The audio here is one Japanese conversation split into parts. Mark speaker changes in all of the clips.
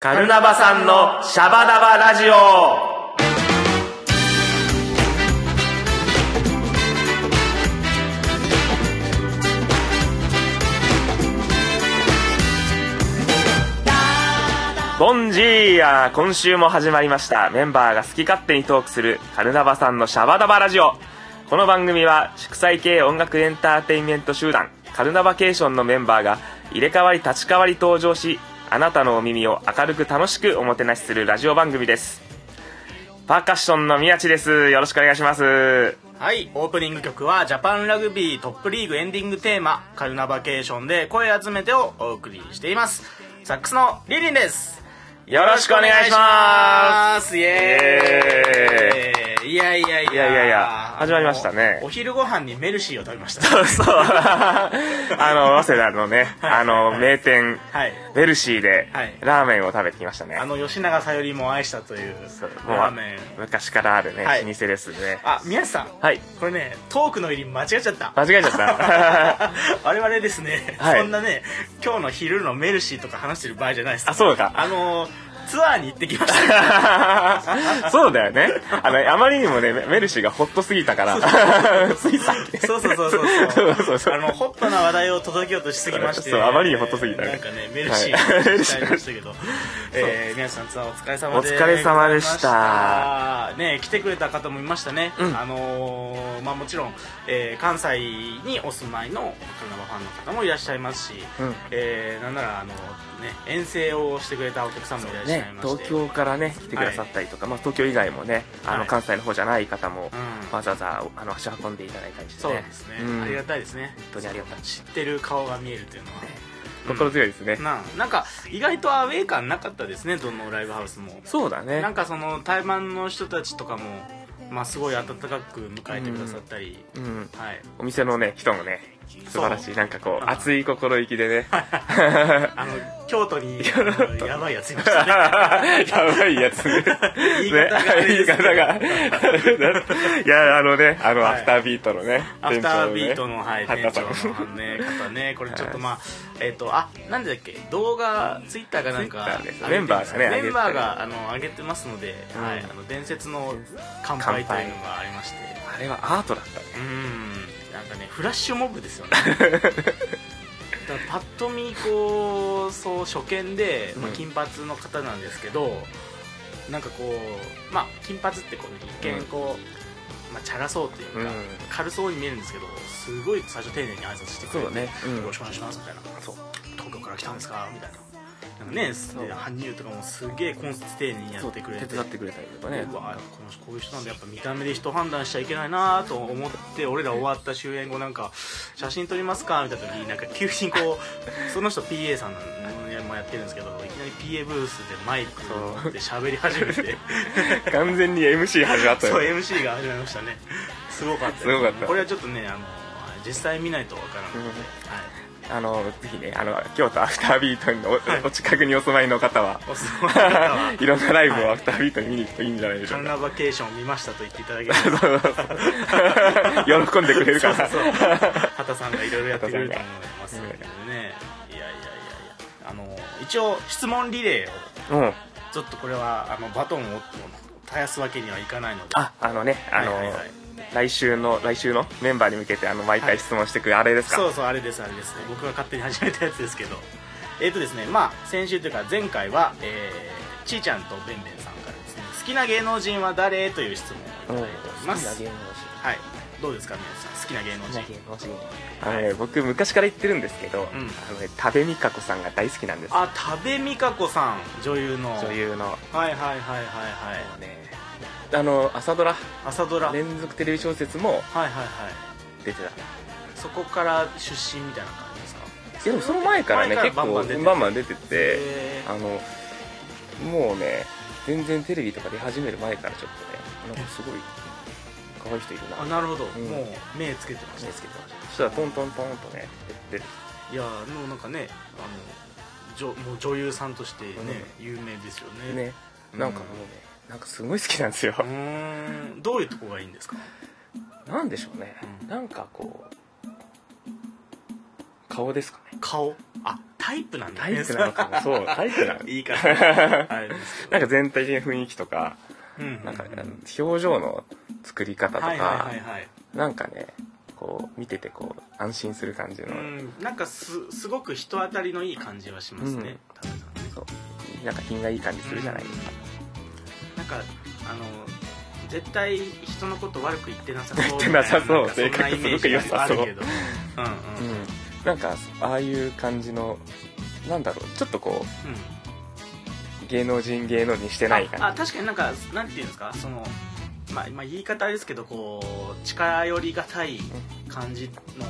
Speaker 1: カルナバさんのシャバダバラジオボンジーヤ今週も始まりましたメンバーが好き勝手にトークするカルナバさんのシャバダバラジオこの番組は祝祭系音楽エンターテインメント集団カルナバケーションのメンバーが入れ替わり立ち替わり登場しあなたのお耳を明るく楽しくおもてなしするラジオ番組ですパーカッションの宮地ですよろしくお願いします
Speaker 2: はい、オープニング曲はジャパンラグビートップリーグエンディングテーマ「カルナバケーションで声集めて」をお送りしていますサックスのリリンです
Speaker 1: よろしくお願いします
Speaker 2: イエーイいやいやいやい
Speaker 1: いやいやいや始まりましたね
Speaker 2: お昼ご飯にメルシーを食べました
Speaker 1: そうあの早稲田のねあの名店
Speaker 2: はい
Speaker 1: ベルシーで
Speaker 2: はい
Speaker 1: ラーメンを食べてきましたね
Speaker 2: あの吉永小百合も愛したという
Speaker 1: そうもう
Speaker 2: ラーメン
Speaker 1: 昔からあるね
Speaker 2: はい
Speaker 1: 老舗ですね
Speaker 2: あ宮地さん
Speaker 1: はい
Speaker 2: これねトークの入り間違えちゃった
Speaker 1: 間違えちゃった
Speaker 2: 我々ですね、
Speaker 1: はい
Speaker 2: そんなね今日の昼のメルシーとか話してる場合じゃないです
Speaker 1: あそうか
Speaker 2: あのーツアーに行ってきました
Speaker 1: そうだよねあのあまりにもねメルシーがホットすぎたからついさっき
Speaker 2: そうそうそうそう
Speaker 1: そうそうそう
Speaker 2: あのホットな話題を届けようとしすぎまして
Speaker 1: そうあまりにホットすぎたね
Speaker 2: なんかねメルシーに
Speaker 1: はい
Speaker 2: 行きたいまし たけど、えー、皆さんツアーお疲れ様で
Speaker 1: お疲れ様でした
Speaker 2: ございましたね来てくれた方もいましたね、
Speaker 1: ん
Speaker 2: あのーまあもちろん、えー、関西にお住まいのカルナバファンの方もいらっしゃいますし、
Speaker 1: うん
Speaker 2: えーなんならあのね遠征をしてくれたお客さんもいらっしゃ
Speaker 1: ね
Speaker 2: い、まして、
Speaker 1: 東京からね来てくださったりとか、まあ、東京以外もねあ
Speaker 2: は
Speaker 1: の
Speaker 2: い
Speaker 1: 関西の方じゃない方も、
Speaker 2: うん
Speaker 1: わざわざあの足を運んでいただいたりして、ね、
Speaker 2: そうですね、
Speaker 1: うん
Speaker 2: ありがたいですね
Speaker 1: 本当にありがたい
Speaker 2: 知ってる顔が見えるというのは、
Speaker 1: 心強いですね、
Speaker 2: ななんか意外とアウェー感なかったですねどのライブハウスも
Speaker 1: そうだね
Speaker 2: なんかその台湾の人たちとかも、まあ、すごい温かく迎えてくださったり、
Speaker 1: うん、
Speaker 2: はい
Speaker 1: お店のね人もね素晴らし
Speaker 2: そ
Speaker 1: いうなんかこう
Speaker 2: あ
Speaker 1: 熱い心意気で ね
Speaker 2: あの京都 にあのやばいやついました ね
Speaker 1: やばいやつね
Speaker 2: 言い方があれ
Speaker 1: 言
Speaker 2: で
Speaker 1: い
Speaker 2: す けど
Speaker 1: 方がいやあのねあの、
Speaker 2: はい
Speaker 1: アフタービートのね
Speaker 2: アフタービートの、はい、
Speaker 1: 店
Speaker 2: 店
Speaker 1: 長
Speaker 2: 長
Speaker 1: のね
Speaker 2: の、ね、方ねこれちょっとまあ、えっ、とあなんでだっけ動画ツイッターがなんか
Speaker 1: Twitter です
Speaker 2: 上げて
Speaker 1: メンバーがね上げて
Speaker 2: メンバーがあの上げてますので、
Speaker 1: うん
Speaker 2: はい、あの伝説の乾杯というのがありまして
Speaker 1: あれはアートだったね
Speaker 2: うーんなんかねフラッシュモ ブですよねだからパッと見こうそう初見で、まあ
Speaker 1: うん
Speaker 2: 金髪の方なんですけど、なんかこうまあ金髪ってこう一見こう、まあチャラそうっていうか、
Speaker 1: うん
Speaker 2: 軽そうに見えるんですけどすごい最初丁寧に挨拶してくれて、
Speaker 1: うん
Speaker 2: よろしくお願いしますみたいな
Speaker 1: そう
Speaker 2: 東京から来たんですかみたいななんかね
Speaker 1: う
Speaker 2: で搬入とかもすげえコンス丁寧にや
Speaker 1: そう
Speaker 2: ってくれて
Speaker 1: 手伝ってくれたりとかね
Speaker 2: うわこの人こういう人なんだやっぱ見た目で人判断しちゃいけないなと思って俺ら終わった終演後なんか写真撮りますかみたいな時になんか急にこうその人 PA さんもやってるんですけどいきなり PA ブースでマイクで喋り始めて
Speaker 1: 完全に MC 始まった
Speaker 2: そう
Speaker 1: よ
Speaker 2: MC が始まりましたねすごかったです
Speaker 1: すごかった
Speaker 2: これはちょっとねあの実際見ないとわからなくて、
Speaker 1: うん
Speaker 2: はい
Speaker 1: あのぜひねあの京都アフタービートのおお近くにお住まいの方は
Speaker 2: おすすめの方は
Speaker 1: いろんなライブ
Speaker 2: は
Speaker 1: を
Speaker 2: い
Speaker 1: アフタービートに見に行くといいんじゃないでし
Speaker 2: カ
Speaker 1: ょう
Speaker 2: ル
Speaker 1: か、
Speaker 2: ナバケーションを見ましたと言っていただければ
Speaker 1: 喜んでくれるから
Speaker 2: そうそうそう畑さんがいろいろやってくれると思いますのでね、いやいやいやいやあの一応質問リレーを
Speaker 1: うん
Speaker 2: ちょっとこれはあのバトンを絶やすわけにはいかないので
Speaker 1: ああのねあの、
Speaker 2: はいはいはい
Speaker 1: 来週の来週のメンバーに向けてあの毎回質問してくる、あれですか
Speaker 2: そうそうあれですあれです僕が勝手に始めたやつですけどえっ、とですねまあ先週というか前回は、えーちーちゃんとべんべんさんからですね好きな芸能人は誰という質問をいただいております、
Speaker 1: 能人
Speaker 2: はいどうですか皆さん好きな芸能人
Speaker 1: 能人あのね僕昔から言ってるんですけど、あのね多部未華子さんが大好きなんです
Speaker 2: あ多部未華子さん女優の
Speaker 1: 女優のも
Speaker 2: はいはいはいはいはいう
Speaker 1: ねあの朝ドラ
Speaker 2: 朝ドラはい
Speaker 1: 連続テレビ小説も
Speaker 2: はいはい
Speaker 1: 出てたい
Speaker 2: そこから出身みたいな感じですか
Speaker 1: やでもその前からね
Speaker 2: 前
Speaker 1: 結
Speaker 2: から
Speaker 1: 構
Speaker 2: バンバン出てた
Speaker 1: バンバン出てて
Speaker 2: へー
Speaker 1: あのもうね全然テレビとか出始める前からちょっとねなんかすごい可愛い人いるな
Speaker 2: あなるほど、
Speaker 1: ん
Speaker 2: もう目つけてまし
Speaker 1: 見
Speaker 2: た
Speaker 1: つけてましたそしたらトントントンとね出て
Speaker 2: いやーもうなんかねあのじょもう女優さんとしてね、有名ですよ
Speaker 1: きて
Speaker 2: ね
Speaker 1: ねなんかもうねなんかすごい好きなんですよ
Speaker 2: うーんどういうとこがいいんですか
Speaker 1: なんでしょうね
Speaker 2: うん
Speaker 1: なんかこう顔ですかね
Speaker 2: 顔あタイプなんだ
Speaker 1: タ
Speaker 2: ね
Speaker 1: イプなのかもそうタイプなの
Speaker 2: いいから あれですけど
Speaker 1: なんか全体的な雰囲気とか
Speaker 2: うん
Speaker 1: なんかあの表情の作り方と
Speaker 2: はいは
Speaker 1: か
Speaker 2: いはいはい
Speaker 1: なんかねこう見ててこう安心する感じの、
Speaker 2: うんなんかすすごく人当たりのいい感じはしますね、
Speaker 1: うん
Speaker 2: タムさんね
Speaker 1: そうなんか品がいい感じするじゃないですか、
Speaker 2: なんかあの絶対人のこと悪く言ってなさそう
Speaker 1: 言ってなさそうん
Speaker 2: かんなイメージがあるけどう
Speaker 1: う
Speaker 2: んうん
Speaker 1: んなんかああいう感じのなんだろうちょっとこ
Speaker 2: うん
Speaker 1: う芸能人芸能人してない
Speaker 2: ああ
Speaker 1: 感
Speaker 2: 確かになんかなんていうんですかその、まあ、まあ言い方ですけどこう近寄りがたい感じの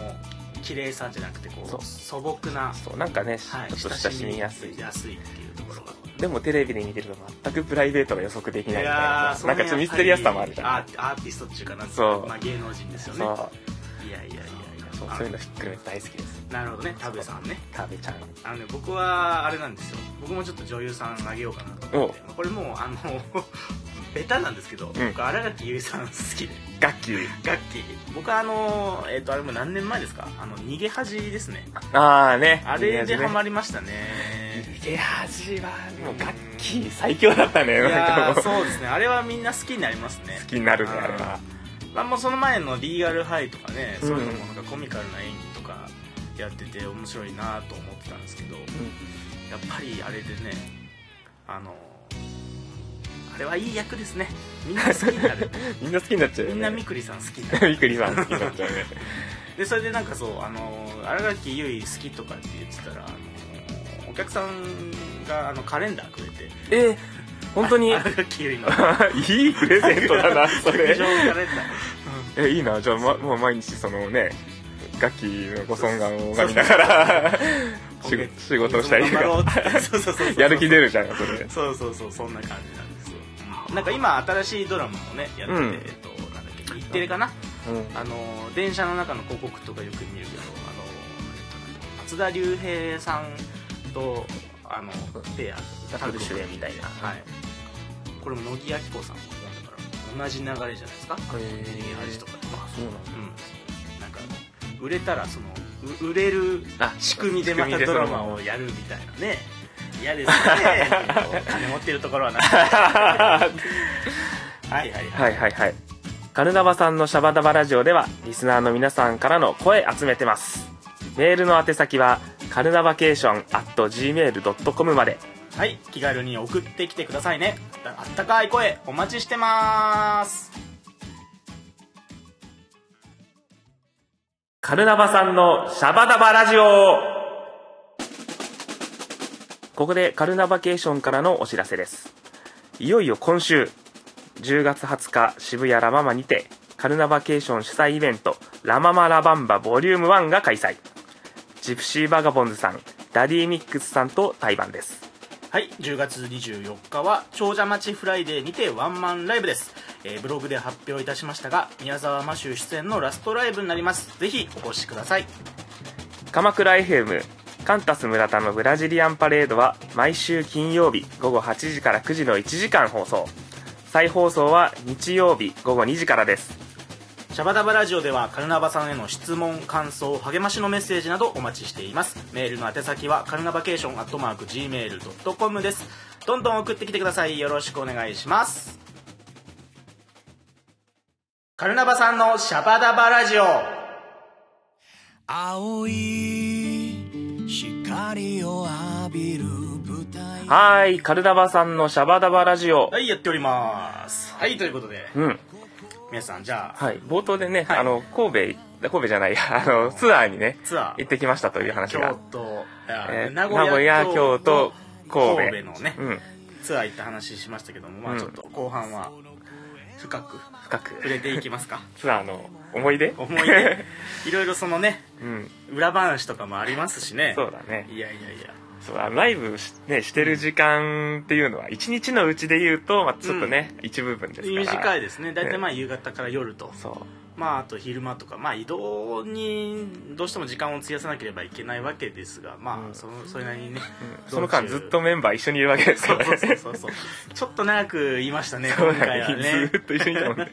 Speaker 2: 綺麗さじゃなくてこ
Speaker 1: そう
Speaker 2: う素朴な、
Speaker 1: じそうなんかね、
Speaker 2: はい、
Speaker 1: ちょっと親しみやすい
Speaker 2: 安いっていうところが
Speaker 1: でもテレビで見てると全くプライベートが予測できないみたいな
Speaker 2: ー
Speaker 1: なんかちょっとミステリアスさもあるじゃん
Speaker 2: その辺やっぱりアーアーティストっていうかな
Speaker 1: そう
Speaker 2: まあ、芸能人ですよね
Speaker 1: そう
Speaker 2: いやいやいやいや
Speaker 1: そう
Speaker 2: あ
Speaker 1: そういうのひっくるめて大好きです
Speaker 2: なるほどね田部さんね
Speaker 1: 食べちゃん
Speaker 2: あのね僕はあれなんですよ僕もちょっと女優さんあげようかなと思って、まあこれもうあの ベタなんですけど、
Speaker 1: ん
Speaker 2: 僕新垣結衣さん好きで
Speaker 1: ガッキー
Speaker 2: 楽器僕はあのえっ、とあれも何年前ですかあの逃げ恥ですね
Speaker 1: ああね
Speaker 2: あれでハマ
Speaker 1: る
Speaker 2: りましたね
Speaker 1: 逃げ恥はもうガッキー最強だったね
Speaker 2: い
Speaker 1: な
Speaker 2: や
Speaker 1: んか
Speaker 2: ー
Speaker 1: もう
Speaker 2: そうですねあれはみんな好きになりますね
Speaker 1: 好きになるねあれは
Speaker 2: まあもうその前のリーガルハイとかね
Speaker 1: うん
Speaker 2: そういうのもなんかコミカルな演技とかやってて面白いなと思ってたんですけど、やっぱりあれでねあのあれはいい役ですねみんな好きにな る
Speaker 1: みんな好きになっちゃうよ
Speaker 2: み
Speaker 1: ね
Speaker 2: んなみ
Speaker 1: く
Speaker 2: くりさん好きになる
Speaker 1: みくりさん好きになっちゃうね
Speaker 2: でそれでなんかそうあの新垣結衣好きとかって言ってたらあのお客さんがあのカレンダーくれて
Speaker 1: えー本当に
Speaker 2: 新垣結衣の
Speaker 1: いいプレゼントだなそ
Speaker 2: 非
Speaker 1: れ
Speaker 2: 常にカレンダー
Speaker 1: えいいなじゃあ、ま、もう毎日そのねガッキーのご尊顔を拝みながら 仕事仕事をしたりと
Speaker 2: 頑張ろう
Speaker 1: か
Speaker 2: ってそうそうそうそう
Speaker 1: やる気出るじゃんそれ
Speaker 2: そうそうそうそんな感じなんですよなんか今新しいドラマもねやってて、
Speaker 1: うん
Speaker 2: えっとなんだっけ日テレかな
Speaker 1: うん
Speaker 2: あの電車の中の広告とかよく見るけどあの松田龍平さんとあのペアタッグ主演みたいな、はい、これも乃木明子さんもだから同じ流れじゃないですか「
Speaker 1: へー
Speaker 2: 逃げ恥」とかとか
Speaker 1: そうなんだ
Speaker 2: うんなんか売れたらそのう売れる
Speaker 1: あ
Speaker 2: 仕組みでまたドラマをやるみたいなね嫌ですね金持ってるところはなはいはいはい
Speaker 1: はいはいはい。カルナバさんのシャバダバラジオでは、リスナーの皆さんからの声集めてます。メールの宛先は、カルナバケーション at gmail.com まで。
Speaker 2: はい、気軽に送ってきてくださいね。あったかい声、お待ちしてます。
Speaker 1: カルナバさんのシャバダバラジオここでカルナバケーションからのお知らせです。いよいよ今週、10月20日渋谷ラママにて、カルナバケーション主催イベント、ラママラバンバボリューム1が開催。ジプシーバガボンズさん、ダディミックスさんと対バンです。
Speaker 2: はい、10月24日は長者町フライデーにてワンマンライブです。えーブログで発表いたしましたが、宮沢真修出演のラストライブになります。ぜひお越しください。
Speaker 1: 鎌倉 FM カンタス村田のブラジリアンパレードは毎週金曜日午後8時から9時の1時間放送再放送は日曜日午後2時からです
Speaker 2: シャバダバラジオではカルナバさんへの質問感想励ましのメッセージなどお待ちしていますメールの宛先はカルナバケーションアットマーク Gmail.com ですどんどん送ってきてくださいよろしくお願いしますカルナバさんのシャバダバラジオ
Speaker 3: 青い光を浴びる舞台
Speaker 1: はーいカルダバさんのシャバダバラジオ、
Speaker 2: はいやっておりますはいということで
Speaker 1: うん
Speaker 2: 皆さんじゃあ
Speaker 1: はい冒頭でね、
Speaker 2: はい
Speaker 1: あの神戸神戸じゃない あのツアーにね
Speaker 2: ツアー
Speaker 1: 行ってきましたという話が
Speaker 2: 京、都、あ
Speaker 1: えー
Speaker 2: 名
Speaker 1: 名古
Speaker 2: 古
Speaker 1: 屋
Speaker 2: 屋
Speaker 1: 京
Speaker 2: 京
Speaker 1: 都
Speaker 2: 都
Speaker 1: 神戸
Speaker 2: 神戸のね、
Speaker 1: うん
Speaker 2: ツアー行った話しましたけどもま
Speaker 1: う
Speaker 2: あ
Speaker 1: ん
Speaker 2: ちょっと後半は深く
Speaker 1: 深く
Speaker 2: 触れていき ますか
Speaker 1: ツアーの思い出
Speaker 2: 思い出いろいろそのね
Speaker 1: うん
Speaker 2: 裏話とかもありますしね
Speaker 1: そうだね
Speaker 2: いやいやいや
Speaker 1: そうあのライブし,、ね、してる時間っていうのは一日のうちで言うと、まあ、ちょっとね、一部分ですから
Speaker 2: 短いですね大
Speaker 1: ね
Speaker 2: 体まあ夕方から夜と、
Speaker 1: そう
Speaker 2: まああと昼間とかまあ移動にどうしても時間を費やさなければいけないわけですがまあそのそれなりにね、
Speaker 1: その間ずっとメンバー一緒にいるわけです
Speaker 2: そ
Speaker 1: か
Speaker 2: う
Speaker 1: ら
Speaker 2: そう
Speaker 1: ね。
Speaker 2: そうそうそうちょっと長く言いましたね
Speaker 1: そう
Speaker 2: 今回はね
Speaker 1: ずっと一緒にいたもんね。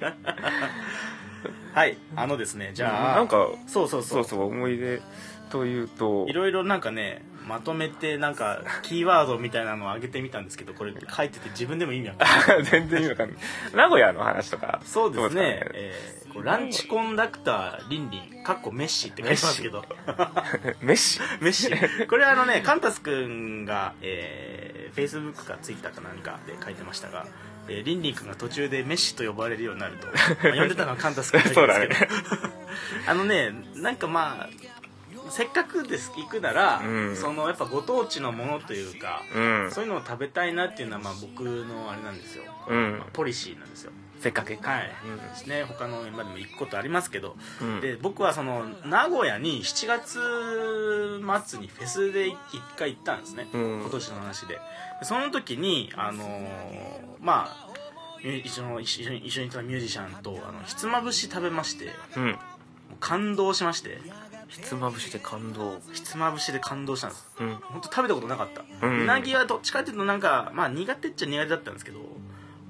Speaker 2: はいあのですねじゃあ
Speaker 1: なんか
Speaker 2: そうそう
Speaker 1: そ
Speaker 2: そう
Speaker 1: うそう思い出というと
Speaker 2: いろいろなんかねまとめてなんかキーワードみたいなのを上げてみたんですけどこれ書いてて自分でも意味わかんない
Speaker 1: 全然意味わかんない名古屋の話とか
Speaker 2: そうですね
Speaker 1: どう
Speaker 2: えーこうランチコンダクターリンリンかっこメッシって書いてますけど
Speaker 1: すかねメッシ
Speaker 2: メッシこれあのねカンタスくんが、えー、Facebook か Twitter か何かで書いてましたが、えーリンリンくんが途中でメッシと呼ばれるようになると、まあ呼んでたのはカンタスくんだけですけど、
Speaker 1: そうだね
Speaker 2: あのねなんかまあせっかくです行くなら、
Speaker 1: うん
Speaker 2: そのやっぱご当地のものというか、
Speaker 1: うん
Speaker 2: そういうのを食べたいなっていうのはまあ僕のあれなんですよ、
Speaker 1: うん
Speaker 2: ポリシーなんですよ
Speaker 1: せっかく
Speaker 2: はい、
Speaker 1: うん
Speaker 2: ですね他の今でも行くことありますけど、
Speaker 1: うん
Speaker 2: で僕はその名古屋に7月末にフェスで一回行ったんですね、
Speaker 1: うん
Speaker 2: 今年の話ででその時にあのーまあミュ一緒の一緒に一緒に行ったミュージシャンとあのひつまぶし食べましても
Speaker 1: うん
Speaker 2: う感動しまして
Speaker 1: ひつまぶしで感動
Speaker 2: ひつまぶしで感動したんです
Speaker 1: うん
Speaker 2: 本当食べたことなかった、
Speaker 1: う
Speaker 2: うんなぎはどっちかっていうとなんかまあ苦手っちゃ苦手だったんですけど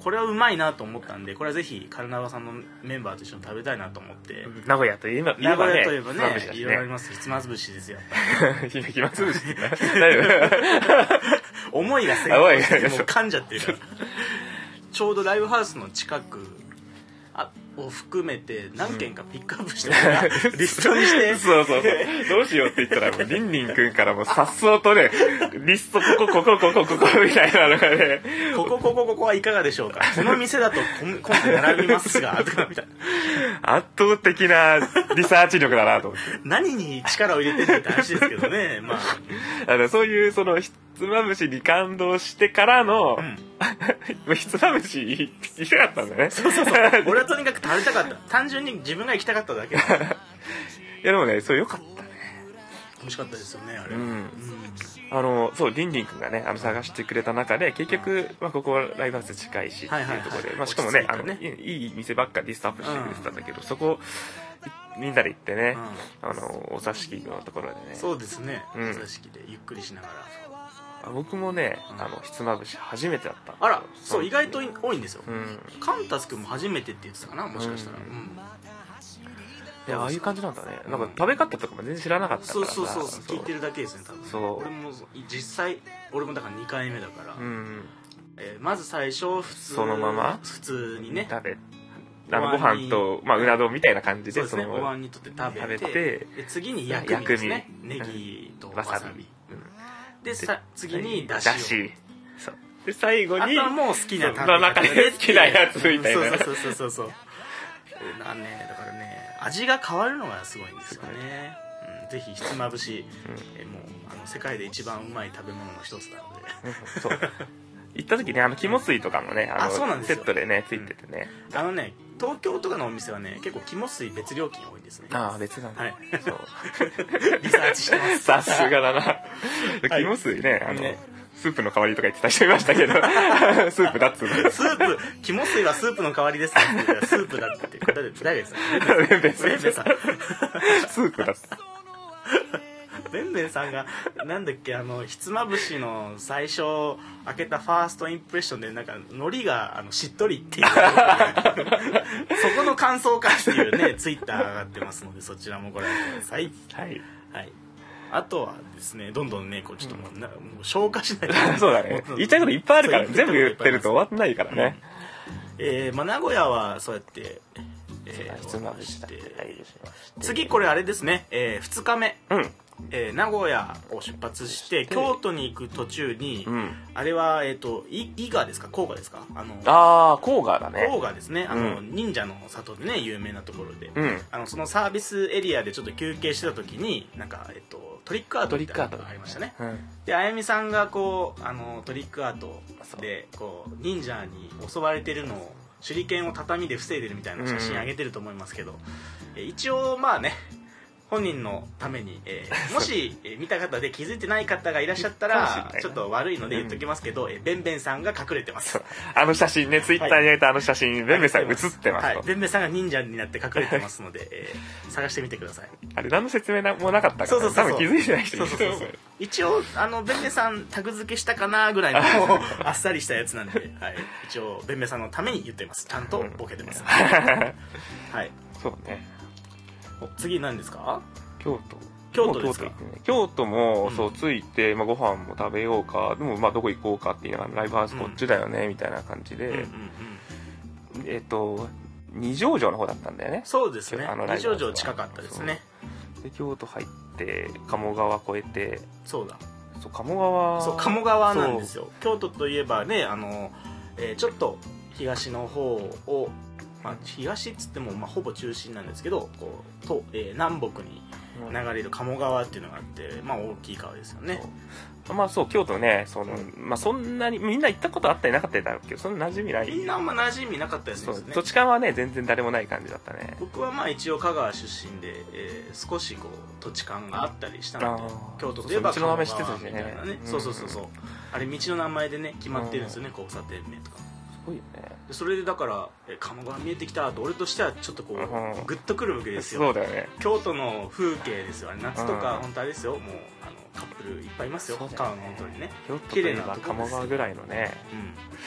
Speaker 2: これはうまいなと思ったんでこれはぜひカルナバさんのメンバーと一緒に食べたいなと思って、
Speaker 1: 名古屋といえば
Speaker 2: 名古屋といえば
Speaker 1: ひ
Speaker 2: ね
Speaker 1: つまぶしだし
Speaker 2: いろいろあり
Speaker 1: ね
Speaker 2: ますひつまぶしですよ
Speaker 1: ひつまぶし大丈夫
Speaker 2: 思いが先
Speaker 1: 思い
Speaker 2: 行
Speaker 1: が
Speaker 2: してもう噛んじゃってるからちょうどライブハウスの近くあを含めて何件かピックアップして、リストにして
Speaker 1: そうそうそうどうしようって言ったらもうりんりんくんからもうさっそうとねリストここここここここみたいなのがね
Speaker 2: ここここここはいかがでしょうかこの店だと混混んで並びますがとかみたいな
Speaker 1: 圧倒的なリサーチ力だなと思って
Speaker 2: 何に力を入れてるって話ですけどね まあ
Speaker 1: あのそういうそのひつまぶしに感動してからの、
Speaker 2: ん
Speaker 1: ひつまぶし行きたかったんだねそう そうそう
Speaker 2: 俺はとにかく食べたかった単純に自分が行きたかっただけ美
Speaker 1: いやでもねそれよかったね
Speaker 2: 味しかったですよねあれ、
Speaker 1: うんあのそうりんりんくんがねあの探してくれた中で結局、まあ、ここはライブハウス近いしって
Speaker 2: はいはい
Speaker 1: い
Speaker 2: は
Speaker 1: う
Speaker 2: い
Speaker 1: ところで、まあ、しかもね
Speaker 2: 落ち
Speaker 1: あ
Speaker 2: 着い
Speaker 1: の
Speaker 2: たね
Speaker 1: いいい店ばっかリストアップしてくれてたんだけど、そこいみんなで行ってね、あのお座敷のところでね
Speaker 2: そうですね、
Speaker 1: うん
Speaker 2: お座敷でゆっくりしながら
Speaker 1: あ僕もね、
Speaker 2: うん
Speaker 1: あのひつまぶし初めてだった
Speaker 2: あらそう
Speaker 1: の
Speaker 2: 意外と多いんですよ、
Speaker 1: うん
Speaker 2: カンタス君も初めてって言ってたかなもしかしたら、
Speaker 1: うん
Speaker 2: うん
Speaker 1: いやああいう感じなんだねなんか食べ方とかも全然知らなかったか
Speaker 2: そ
Speaker 1: ら
Speaker 2: う
Speaker 1: さ
Speaker 2: そうそうそう聞いてるだけですね多分
Speaker 1: そう
Speaker 2: 俺も実際俺もだから2回目だから、
Speaker 1: うん
Speaker 2: えーまず最初普通
Speaker 1: そのまま
Speaker 2: 普通にね
Speaker 1: 食べあのご
Speaker 2: ご飯に
Speaker 1: 飯と、まあ、うな丼みたいな感じ
Speaker 2: そ
Speaker 1: で
Speaker 2: うです
Speaker 1: そ
Speaker 2: ね
Speaker 1: の
Speaker 2: お椀にとって食べて
Speaker 1: 食べて
Speaker 2: で次に薬味ですね
Speaker 1: 薬味
Speaker 2: ネギと
Speaker 1: わ
Speaker 2: わ
Speaker 1: さび
Speaker 2: さび
Speaker 1: うん
Speaker 2: でさ次にだし
Speaker 1: だ
Speaker 2: を
Speaker 1: しそうで最後
Speaker 2: あと
Speaker 1: に
Speaker 2: はもう好きな
Speaker 1: そ
Speaker 2: 食べ方
Speaker 1: う中で好きなやつみたいな
Speaker 2: うんそうそうそうそうそうそうなんねだからね味が変わるのがすごいんですよね、うん、ぜひひつまぶし、えもうあの世界で一番うまい食べ物の一つなので
Speaker 1: そう行った時ねあの肝水とかもねあ
Speaker 2: あそうなん
Speaker 1: の
Speaker 2: です
Speaker 1: セ
Speaker 2: よ
Speaker 1: ットでねついててね、
Speaker 2: あのね東京とかのお店はね結構肝水別料金多いんですね
Speaker 1: ああ別なんだ、
Speaker 2: はい
Speaker 1: そう
Speaker 2: リサーチしてます
Speaker 1: さすが だな
Speaker 2: はい
Speaker 1: 肝水ねあの
Speaker 2: ね
Speaker 1: スープの代わりとか言ってた人いましたけ どスープだっつうの
Speaker 2: スープ、肝水はスープの代わりですかって言ったらスープだって。誰です誰ですか
Speaker 1: ベンベンさん
Speaker 2: ベンベンさん。
Speaker 1: スープだっつ
Speaker 2: ベンベンさんが、なんだっけ、あの、ひつまぶしの最初、開けたファーストインプレッションで、なんか、海苔が、あの、しっとりっていう、そこの感想かっていうね、ツイッター上がってますので、そちらもご覧ください。
Speaker 1: はい
Speaker 2: はい。あとはですね、どんどんね、こう、ちょっともう、なもう消化しない と
Speaker 1: そうだ ね言いたいこといっぱいあるから
Speaker 2: そう
Speaker 1: 全部言ってると終
Speaker 2: い
Speaker 1: わってないからね、
Speaker 2: えー、まあ、名古屋はそうやって、えー
Speaker 1: ひつまぶしだけ対応しまして
Speaker 2: 次これあれですね、え2日目、
Speaker 1: うん
Speaker 2: えー名古屋を出発して京都に行く途中に、
Speaker 1: うん
Speaker 2: あれは、えっとい伊賀ですか甲賀ですかあの
Speaker 1: ああ甲賀だ
Speaker 2: 甲
Speaker 1: ね
Speaker 2: 賀ですねあの、
Speaker 1: う
Speaker 2: 忍者の里でね有名なところで、
Speaker 1: うん
Speaker 2: あのそのサービスエリアでちょっと休憩してた時になんか、えっとトリックアートみたいなのがありましたね
Speaker 1: うん
Speaker 2: であやみさんがこうあのトリックアート
Speaker 1: そう
Speaker 2: でこう忍者に襲われてるのを手裏剣を畳で防いでるみたいな写
Speaker 1: うん
Speaker 2: 真あげてると思いますけど、え一応まあね本人のために、え ーもし、えー見た方で気づいてない方がいらっしゃった
Speaker 1: かもしれな
Speaker 2: ら
Speaker 1: いね
Speaker 2: ちょっと悪いので言っときますけど、えーベンベンさんが隠れてます
Speaker 1: あの写真ねツイッターに上げたあの写真、ベンベンさん写ってます
Speaker 2: は
Speaker 1: と、
Speaker 2: い、ベンベンさんが忍者になって隠れてますので、えー探してみてください
Speaker 1: あれ何の説明もなかったから
Speaker 2: そうそうそうそう
Speaker 1: 多分気づいてない人い
Speaker 2: そ
Speaker 1: る
Speaker 2: うそう
Speaker 1: と
Speaker 2: そう
Speaker 1: 思う
Speaker 2: そう一応あのベンベさんタグ付けしたか なぐらいのあっさりしたやつなんで、はい、一応ベンベさんのために言ってますちゃんとボケてます、はい
Speaker 1: そうね
Speaker 2: 次何ですか
Speaker 1: 京
Speaker 2: 京都ですか
Speaker 1: もう京都行ってね京都も、
Speaker 2: うん
Speaker 1: そう、着いて、まあ、ご飯も食べようか、でも、まあ、どこ行こうかって言いながら、ライブハウスこっちだよね、みたいな感じで、
Speaker 2: うんうんうん
Speaker 1: えっと、二条城の方だったんだよね。
Speaker 2: そうですね
Speaker 1: あのライ
Speaker 2: 二
Speaker 1: ブハウ
Speaker 2: 条
Speaker 1: ス
Speaker 2: 城近かったですね
Speaker 1: で、京都入って、鴨川越えて、
Speaker 2: そうだ
Speaker 1: そう、鴨川。
Speaker 2: そう鴨川なんですよ京都といえばねあの、えーちょっと東の方を、まあ、東っつっても、まあ、ほぼ中心なんですけどこうと、えー南北に
Speaker 1: そう。うん
Speaker 2: 流れる鴨川っていうのがあって、まあ、大きい川ですよね
Speaker 1: そうまあそう、京都ね、その、まあそんなに、みんな行ったことあったりなかったりだろうけど、そんな馴染みない。
Speaker 2: みんなあんま馴染みなかったです
Speaker 1: そ
Speaker 2: ね
Speaker 1: う、土地勘はね、全然誰もない感じだったね。
Speaker 2: 僕はまあ一応香川出身で、えー少しこう土地勘があったりしたので
Speaker 1: あー
Speaker 2: 京都といえば
Speaker 1: そうそう道の名前
Speaker 2: 鴨川
Speaker 1: 知って
Speaker 2: み
Speaker 1: たし
Speaker 2: たい
Speaker 1: ね
Speaker 2: なね
Speaker 1: うん
Speaker 2: そうそうそうそうあれ道の名前でね決まってるんですよね交差点名とか
Speaker 1: すごいよね。
Speaker 2: でそれでだからえ鴨川見えてきたと俺としてはちょっとこ
Speaker 1: うん
Speaker 2: うグッとくるわけです
Speaker 1: そう
Speaker 2: よ
Speaker 1: だよね。
Speaker 2: 京都の風景ですよあれ夏と
Speaker 1: う
Speaker 2: か
Speaker 1: ん
Speaker 2: 本当あれですよもうあのカップルいっぱいいますよ
Speaker 1: そうだよね
Speaker 2: 川の本当にね
Speaker 1: 京都といえば鴨川ぐらいのね、
Speaker 2: うん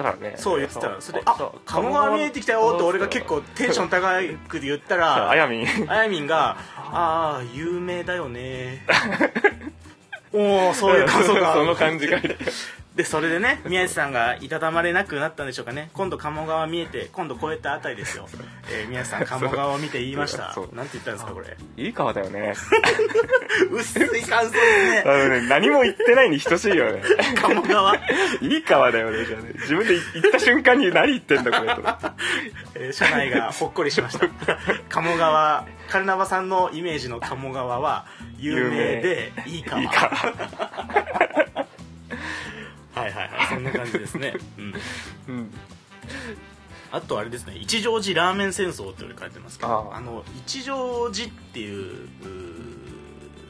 Speaker 1: そしたらね。
Speaker 2: そう言ってたらそれで「
Speaker 1: う
Speaker 2: あ鴨川見えてきたよ」って俺が結構テンション高く言った
Speaker 1: そう
Speaker 2: ら
Speaker 1: あやみん。
Speaker 2: あやみんが「ああ有名だよ ね」おおそういう感想が
Speaker 1: その感じが。
Speaker 2: でそれでね宮地さんがいたたまれなくなったんでしょうかね今度鴨川見えて今度越えたあたりですよ、えー、宮 地さん鴨川を見て言いました
Speaker 1: そう
Speaker 2: なんて言ったんですかこれ
Speaker 1: いい川だよね。
Speaker 2: 薄い感想
Speaker 1: あ
Speaker 2: で す
Speaker 1: の
Speaker 2: ね
Speaker 1: ね、何も言ってないに等しいよね。
Speaker 2: 鴨川、
Speaker 1: いい川だよね、じゃあね。自分で言った瞬間に何言ってんだ、こ れと。
Speaker 2: えー、社内がほっこりしま した鴨川カルナバさんのイメージの鴨川は有名でいい川
Speaker 1: いい川。
Speaker 2: はいはいはいそんな感じですね、うん
Speaker 1: うん。
Speaker 2: あとあれですね一乗寺ラーメン戦争って俺書いてますけど
Speaker 1: あ
Speaker 2: あ
Speaker 1: あ
Speaker 2: の一乗寺っていうう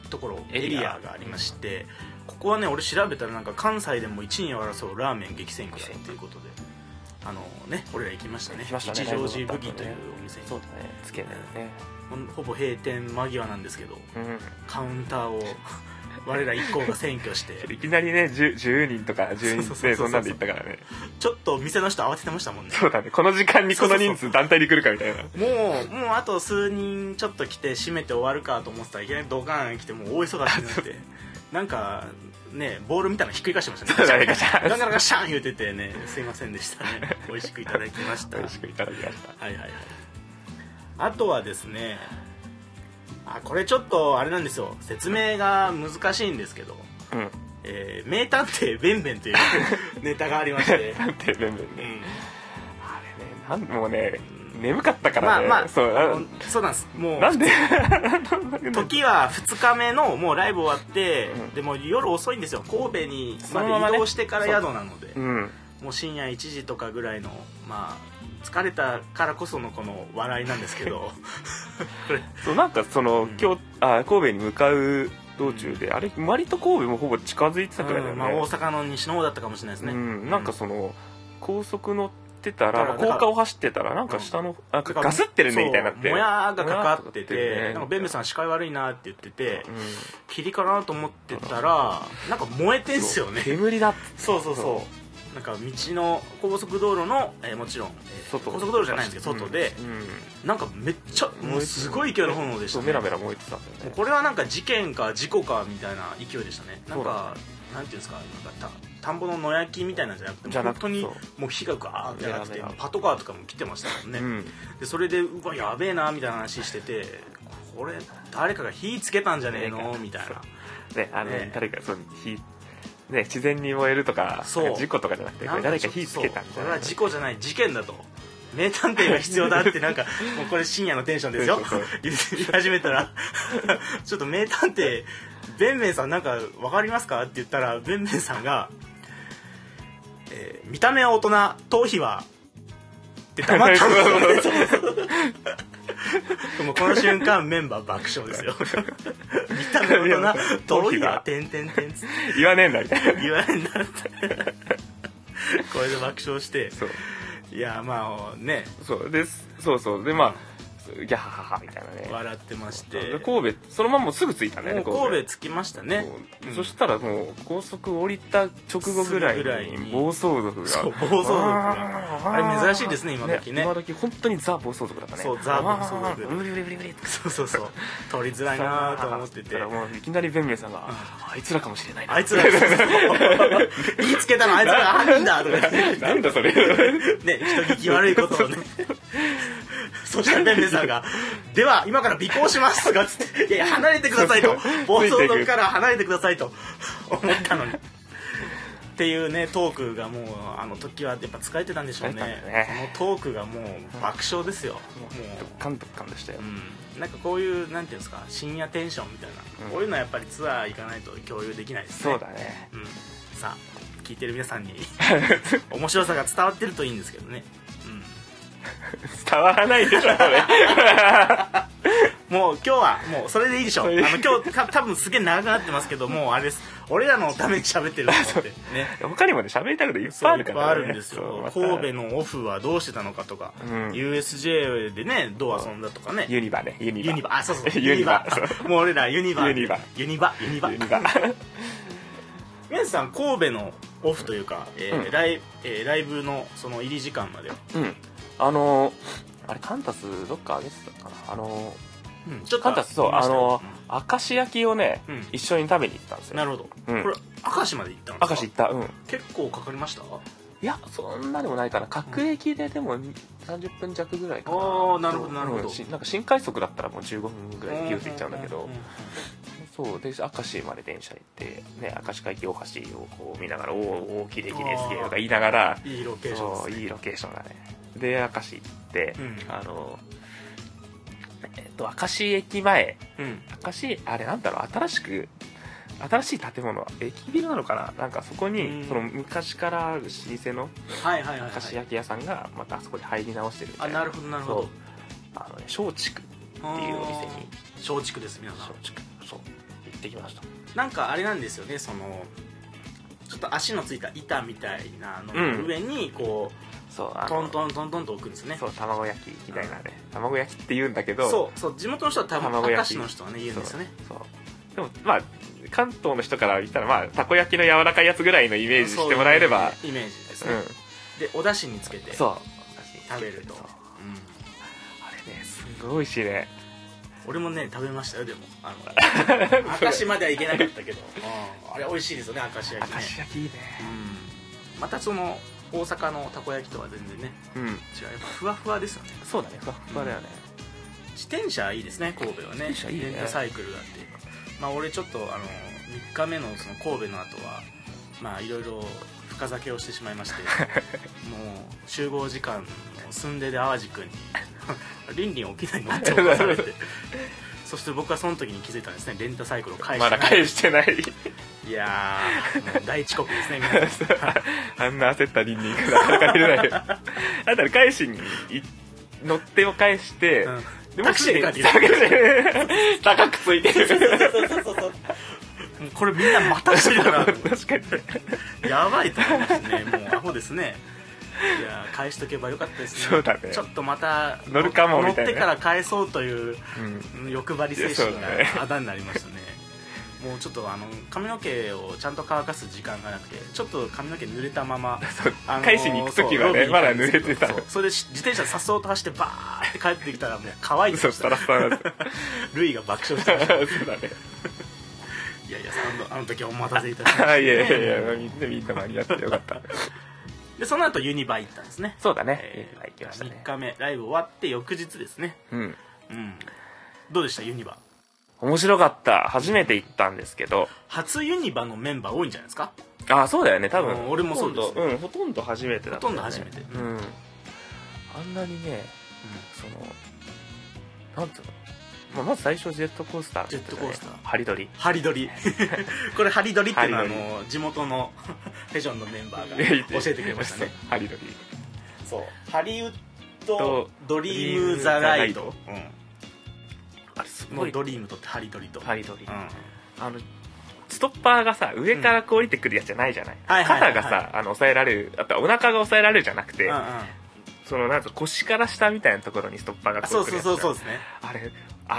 Speaker 2: ーところ
Speaker 1: エ
Speaker 2: エ
Speaker 1: リ
Speaker 2: リ
Speaker 1: ア
Speaker 2: アがありましてここはね俺調べたらなんか関西でも1位を争うラーメン激戦区だっていうことであのね俺ら行きましたね
Speaker 1: 行きましたね
Speaker 2: 一乗寺ブギというお店に
Speaker 1: そうだね。つけないね。
Speaker 2: ほんほぼ閉店間際なんですけど
Speaker 1: うん。
Speaker 2: カウンター を我ら一行が占拠して
Speaker 1: いきなりね 10, 10人とか10人で
Speaker 2: そ
Speaker 1: そ
Speaker 2: うん
Speaker 1: な
Speaker 2: そうそうそうん
Speaker 1: で行ったからね
Speaker 2: ちょっと店の人慌ててましたもんね
Speaker 1: そうだねこの時間にこの人数団体で来るかみたいな
Speaker 2: もうもうあと数人ちょっと来て閉めて終わるかと思ってたらいきなりドカーン来てもう大忙しになってなんかねボールみたいなのひっくり返してましたね
Speaker 1: そうだねガシャン
Speaker 2: ガシャンガシャン言うててねすいませんでし たね美味しくいただきました
Speaker 1: 美味しくいただきました
Speaker 2: はいはいはいあとはですねあこれちょっとあれなんですよ説明が難しいんですけど
Speaker 1: うん
Speaker 2: 「えー名探偵ベンベ ン」というネタがありまして、
Speaker 1: なんて全部
Speaker 2: う
Speaker 1: ねあ
Speaker 2: ん
Speaker 1: れねなんもうね眠かったか
Speaker 2: ま
Speaker 1: ら
Speaker 2: あ
Speaker 1: ね
Speaker 2: まあ
Speaker 1: そう
Speaker 2: あの
Speaker 1: な
Speaker 2: そうなんですもう
Speaker 1: なんでなんで
Speaker 2: 時は2日目のもうライブ終わって、
Speaker 1: うん
Speaker 2: でもう夜遅いんですよ神戸に
Speaker 1: そ
Speaker 2: ま
Speaker 1: のまま
Speaker 2: で
Speaker 1: ね
Speaker 2: 移動してから宿なので
Speaker 1: うん
Speaker 2: もう深夜1時とかぐらいのまあ疲れたからこそのこの笑いなんですけ どこれ
Speaker 1: そうなんかその
Speaker 2: ん
Speaker 1: 今日あ神戸に向かう道中であれ割と神戸もほぼ近づいてたくらいだよ
Speaker 2: うんまあ、大
Speaker 1: ね
Speaker 2: 阪の西の方だったかもしれないですね、
Speaker 1: うんなんかその高速乗ってた
Speaker 2: だ
Speaker 1: ら
Speaker 2: から
Speaker 1: 高架を走ってたらなんか下のなんかガスってるねみたいになって
Speaker 2: そうもやがかかってて
Speaker 1: もやがかかってるね
Speaker 2: なんかベンベンさん視界悪いなって言ってて
Speaker 1: うん
Speaker 2: 霧かなと思ってたらなんか燃えてんすよね
Speaker 1: そう煙だっつ
Speaker 2: そうそうそう
Speaker 1: そ
Speaker 2: なんか道の高速道路の、えーもちろん、えー
Speaker 1: 外
Speaker 2: 高速道路じゃないんですけど外で
Speaker 1: う、んうん
Speaker 2: なんかめっちゃもうすごい勢いの炎でし
Speaker 1: そう
Speaker 2: た、ね、
Speaker 1: メラメラ燃えてたんだよ
Speaker 2: もう
Speaker 1: ね
Speaker 2: これはなんか事件か事故かみたいな勢いでしたねなん
Speaker 1: そうだ
Speaker 2: か、なんていうんですかなんかた田んぼの野焼きみたいなんじゃなくて
Speaker 1: じゃな
Speaker 2: 本
Speaker 1: くて
Speaker 2: 当に
Speaker 1: そう
Speaker 2: もう火がガーって上がって
Speaker 1: メラメラ
Speaker 2: パトカーとかも来てましたもんね、
Speaker 1: うん
Speaker 2: でそれでうわやべえなみたいな話しててこれ誰かが火つけたんじゃねえのみたいな
Speaker 1: ねあの
Speaker 2: ね
Speaker 1: 誰かそう火ね自然に燃えるとか
Speaker 2: そう
Speaker 1: なんか事故とかじゃなくてこれ誰か火つけた
Speaker 2: ん
Speaker 1: んじ
Speaker 2: だこ
Speaker 1: ゃ
Speaker 2: れ
Speaker 1: ない
Speaker 2: は事故じゃない事件だと名探偵が必要だってなん かもうこれ深夜のテンションですよ
Speaker 1: そうそう
Speaker 2: 言い始めたら ちょっと名探偵ベンベンさんなんか分かりますかって言ったらベンベンさんが、えー見た目は大人頭皮は」って黙った んですよねもうこの瞬間メンバー爆笑で すよ見た目は大人頭皮は「てんてんてん」つって
Speaker 1: 言わねえんだみたいな
Speaker 2: 言われんなってこれで爆笑して
Speaker 1: そう
Speaker 2: いやまあね
Speaker 1: そうですそうそうでまあギャハハハみたいなね
Speaker 2: 笑ってまし
Speaker 1: で
Speaker 2: て
Speaker 1: 神戸そのまんますぐ着いたね
Speaker 2: もう神戸着きましたね
Speaker 1: そう
Speaker 2: うん
Speaker 1: そしたらもう高速降りた直後ぐら
Speaker 2: すぐぐらい
Speaker 1: いに
Speaker 2: に
Speaker 1: 暴走族が
Speaker 2: そう暴走族が
Speaker 1: あー
Speaker 2: あれ珍しいですね今時ね
Speaker 1: 今時本当にザ暴走族だったね
Speaker 2: そうザ暴走族
Speaker 1: あーブリブリブリブリって
Speaker 2: そうそうそう撮りづらいなと思って
Speaker 1: だ
Speaker 2: て
Speaker 1: からもういきなり弁明さんがあいつらかもしれないな
Speaker 2: あいつら 言いつけたのあいつらが犯人だとか言って
Speaker 1: なんだそれ
Speaker 2: ね、人聞き悪いことをね。そしたらベンベさんが「では今から尾行します」とかっつって「いやいや離れてください」と「暴走族から離れてください」と思ったのに。っていうねトークがもうあの時はやっぱ疲れてたんでしょうね
Speaker 1: 疲れたんだね
Speaker 2: そのトークがもう爆笑ですよ、
Speaker 1: ドッカンドッカンでしたよ
Speaker 2: もう、うん、なんかこういうなんていうんですか深夜テンションみたいな、
Speaker 1: うん
Speaker 2: こういうのはやっぱりツアー行かないと共有できないですね
Speaker 1: そうだね
Speaker 2: うん、さあ聞いてる皆さ んに面白さが伝わってるといいんですけどね、
Speaker 1: 伝わらないでしょこ れ
Speaker 2: うん、もう今日はもうそれでいいでしょう
Speaker 1: そ
Speaker 2: あ
Speaker 1: れ
Speaker 2: の
Speaker 1: で
Speaker 2: 今日た多分すげえ長くなってますけどもうあれです俺らのために喋ってると思ってね
Speaker 1: 他にもね喋りたいこといっぱい
Speaker 2: そ
Speaker 1: あ
Speaker 2: うい
Speaker 1: る
Speaker 2: っぱ
Speaker 1: から
Speaker 2: い
Speaker 1: ね
Speaker 2: あるんです
Speaker 1: そう
Speaker 2: よ
Speaker 1: また
Speaker 2: 神戸のオフはどうしてたのかとか、
Speaker 1: うん
Speaker 2: USJ でねどう遊んだとかね
Speaker 1: ユニバねユニバ
Speaker 2: ユニバあそうそう
Speaker 1: ユニバ
Speaker 2: ユニバもう俺らユニバ
Speaker 1: ユニバ
Speaker 2: ユニバユニバ
Speaker 1: ユニバ
Speaker 2: 皆さん神戸のオフというか、えー
Speaker 1: うん
Speaker 2: ライえーライブのその入り時間までは
Speaker 1: うんあのーあれカンタスどっかあげてたかなあのー
Speaker 2: うんちょっと
Speaker 1: カンタスそう
Speaker 2: 見ま
Speaker 1: あ
Speaker 2: したよ
Speaker 1: の明石焼きをね、
Speaker 2: うん
Speaker 1: 一緒に食べに行ったんです
Speaker 2: うん
Speaker 1: よ
Speaker 2: なるほど、
Speaker 1: うん
Speaker 2: これ明石まで行ったんです
Speaker 1: 明
Speaker 2: か
Speaker 1: 石行ったうん
Speaker 2: 結構かかりました
Speaker 1: いやそんなでもないかな各駅ででも30分弱ぐらいかな
Speaker 2: あーなるほどなるほど
Speaker 1: うんしなんか新快速だったらもう15分ぐらいでギュッて行っちゃうんだけ
Speaker 2: う
Speaker 1: どそうで明石まで電車行って、ね、明石海峡大橋をこう見ながら「おお大きい駅ですけど」とか言いながら
Speaker 2: んいいロケーション
Speaker 1: そ
Speaker 2: で
Speaker 1: う
Speaker 2: すね
Speaker 1: いいロケーションだねで明石行って、
Speaker 2: うん
Speaker 1: あのえっと明石駅前
Speaker 2: うん
Speaker 1: 明石あれなんだろう新しく新しい建物駅ビルなのかななんかそこに、
Speaker 2: うん
Speaker 1: その昔からある老舗の
Speaker 2: はいはいはい、
Speaker 1: 明石
Speaker 2: はい、
Speaker 1: 焼き屋さんがまたあそこで入り直してるみた
Speaker 2: あ
Speaker 1: いな
Speaker 2: なるほどなるほど
Speaker 1: そうあのね松竹っていうお店に
Speaker 2: に松竹です皆さ
Speaker 1: 松
Speaker 2: ん
Speaker 1: 竹そう行ってきました
Speaker 2: なんかあれなんですよねそのちょっと足のついた板みたいなのの上にこ
Speaker 1: そう
Speaker 2: う、
Speaker 1: あの
Speaker 2: トントントントンと置くんですね
Speaker 1: そう卵焼きみたいなね卵焼きって言うんだけど
Speaker 2: そうそう地元の人は多
Speaker 1: 卵
Speaker 2: 分明
Speaker 1: 焼き
Speaker 2: 石の人はね言うんですよね
Speaker 1: そうでもまあ関東の人から見たらまあたこ焼きの柔らかいやつぐらいのイメージしてもらえれば
Speaker 2: そういうイメージです
Speaker 1: う
Speaker 2: ね、
Speaker 1: ん
Speaker 2: でお出汁につけて
Speaker 1: そう
Speaker 2: 食べる
Speaker 1: そ
Speaker 2: と、
Speaker 1: う
Speaker 2: うん
Speaker 1: あれねすごい美味しいね
Speaker 2: 俺もね食べましたよでも あの明石まではいけなかった けど、うんあれ美味しいですよね明石焼き
Speaker 1: 明
Speaker 2: ね
Speaker 1: 石焼きいいね
Speaker 2: うんまたその大阪のたこ焼きとは全然ね
Speaker 1: うん
Speaker 2: 違うやっぱふわふわですよね
Speaker 1: そうだねふわふわだよね
Speaker 2: 自転車いいですね神戸はね
Speaker 1: 自転車いいね
Speaker 2: レンタサイクルがあってまあ俺ちょっとあの3日目のその神戸の後はまあいろいろ深酒をしてしまいまして もう集合時間の寸出で淡路君に 「リンリン起きないの?」って起こさ れてそして僕はその時に気づいたんですねレンタサイクルを返して
Speaker 1: ま
Speaker 2: な
Speaker 1: だ
Speaker 2: い
Speaker 1: 返してない
Speaker 2: いやーもう大遅刻ですね皆さん
Speaker 1: あんな焦ったニンニンがなかなか見れないよだから返しにい乗ってを返して、
Speaker 2: うん
Speaker 1: で
Speaker 2: タクシーで帰ってきた
Speaker 1: タクシーで高くついてる
Speaker 2: そうそうそうそうもうこれみんなまたしてるかなと思って
Speaker 1: 確かに
Speaker 2: やばいと思いますねもうアホですねいや返しとけばよかったですね
Speaker 1: そうだね
Speaker 2: ちょっとまた
Speaker 1: 乗るかもみたいな
Speaker 2: 乗ってから返そうという
Speaker 1: うん
Speaker 2: うん欲張り精
Speaker 1: そう
Speaker 2: 神
Speaker 1: だね
Speaker 2: があだになりましたねもうちょっとあの髪の毛をちゃんと乾かす時間がなくてちょっと髪の毛濡れたままあのー
Speaker 1: 返しに行く時はね
Speaker 2: そうロビーに
Speaker 1: まだ濡れてた
Speaker 2: そうそれで自転車さっそうと走ってバーって帰ってきたらもう乾いて
Speaker 1: そ
Speaker 2: ま
Speaker 1: し
Speaker 2: したた
Speaker 1: らさ
Speaker 2: ルイが爆笑して
Speaker 1: そ
Speaker 2: ま したいう
Speaker 1: だね
Speaker 2: やいやあのあの時はお待たせいたしまし た
Speaker 1: あいやいやいやみんなみんな間に合ってよかった
Speaker 2: でその後ユニバ行ったんですね
Speaker 1: そうだね、
Speaker 2: え
Speaker 1: い
Speaker 2: ー
Speaker 1: っぱい行きましたね
Speaker 2: 3日目ライブ終わって翌日ですね
Speaker 1: うん
Speaker 2: うんどうでしたユニバ
Speaker 1: 面白かった初めて行ったんですけど
Speaker 2: 初ユニバのメンバー多いんじゃないですか
Speaker 1: あそうだよね多
Speaker 2: う
Speaker 1: 分
Speaker 2: ん俺もそうです
Speaker 1: ほとんどうんほとんど初めてだったよね、
Speaker 2: ほとんど初めて
Speaker 1: う
Speaker 2: うん
Speaker 1: んあんなにねそのなんつうの、まあ、まず最初ジェットコースターって言ってたね
Speaker 2: ジェットコースター
Speaker 1: ハリドリ
Speaker 2: ハリド リこれハリドリっていうのはあ
Speaker 1: ハリドリ
Speaker 2: の地元の フェジョンのメンバーが
Speaker 1: いや
Speaker 2: 教えてくれましたね
Speaker 1: そう ハリドリ
Speaker 2: そうハリウッ
Speaker 1: と
Speaker 2: ドドリーム・ザ・ライド
Speaker 1: あれす
Speaker 2: うん
Speaker 1: ご
Speaker 2: の
Speaker 1: い
Speaker 2: ドリームとってハリドリと
Speaker 1: ハリドリ、
Speaker 2: うん
Speaker 1: あのストッパーがさ上からこう降りてくるやつじゃないじゃない、
Speaker 2: はいはいはい
Speaker 1: 肩
Speaker 2: はい
Speaker 1: がさあの抑えられるあとはお腹が抑えられるじゃなくて、
Speaker 2: うんうん
Speaker 1: そのなんか腰から下みたいなところにストッパーが
Speaker 2: あ
Speaker 1: こ
Speaker 2: そうう
Speaker 1: 来
Speaker 2: そ
Speaker 1: る
Speaker 2: う
Speaker 1: やつ
Speaker 2: そうそうですね
Speaker 1: あれ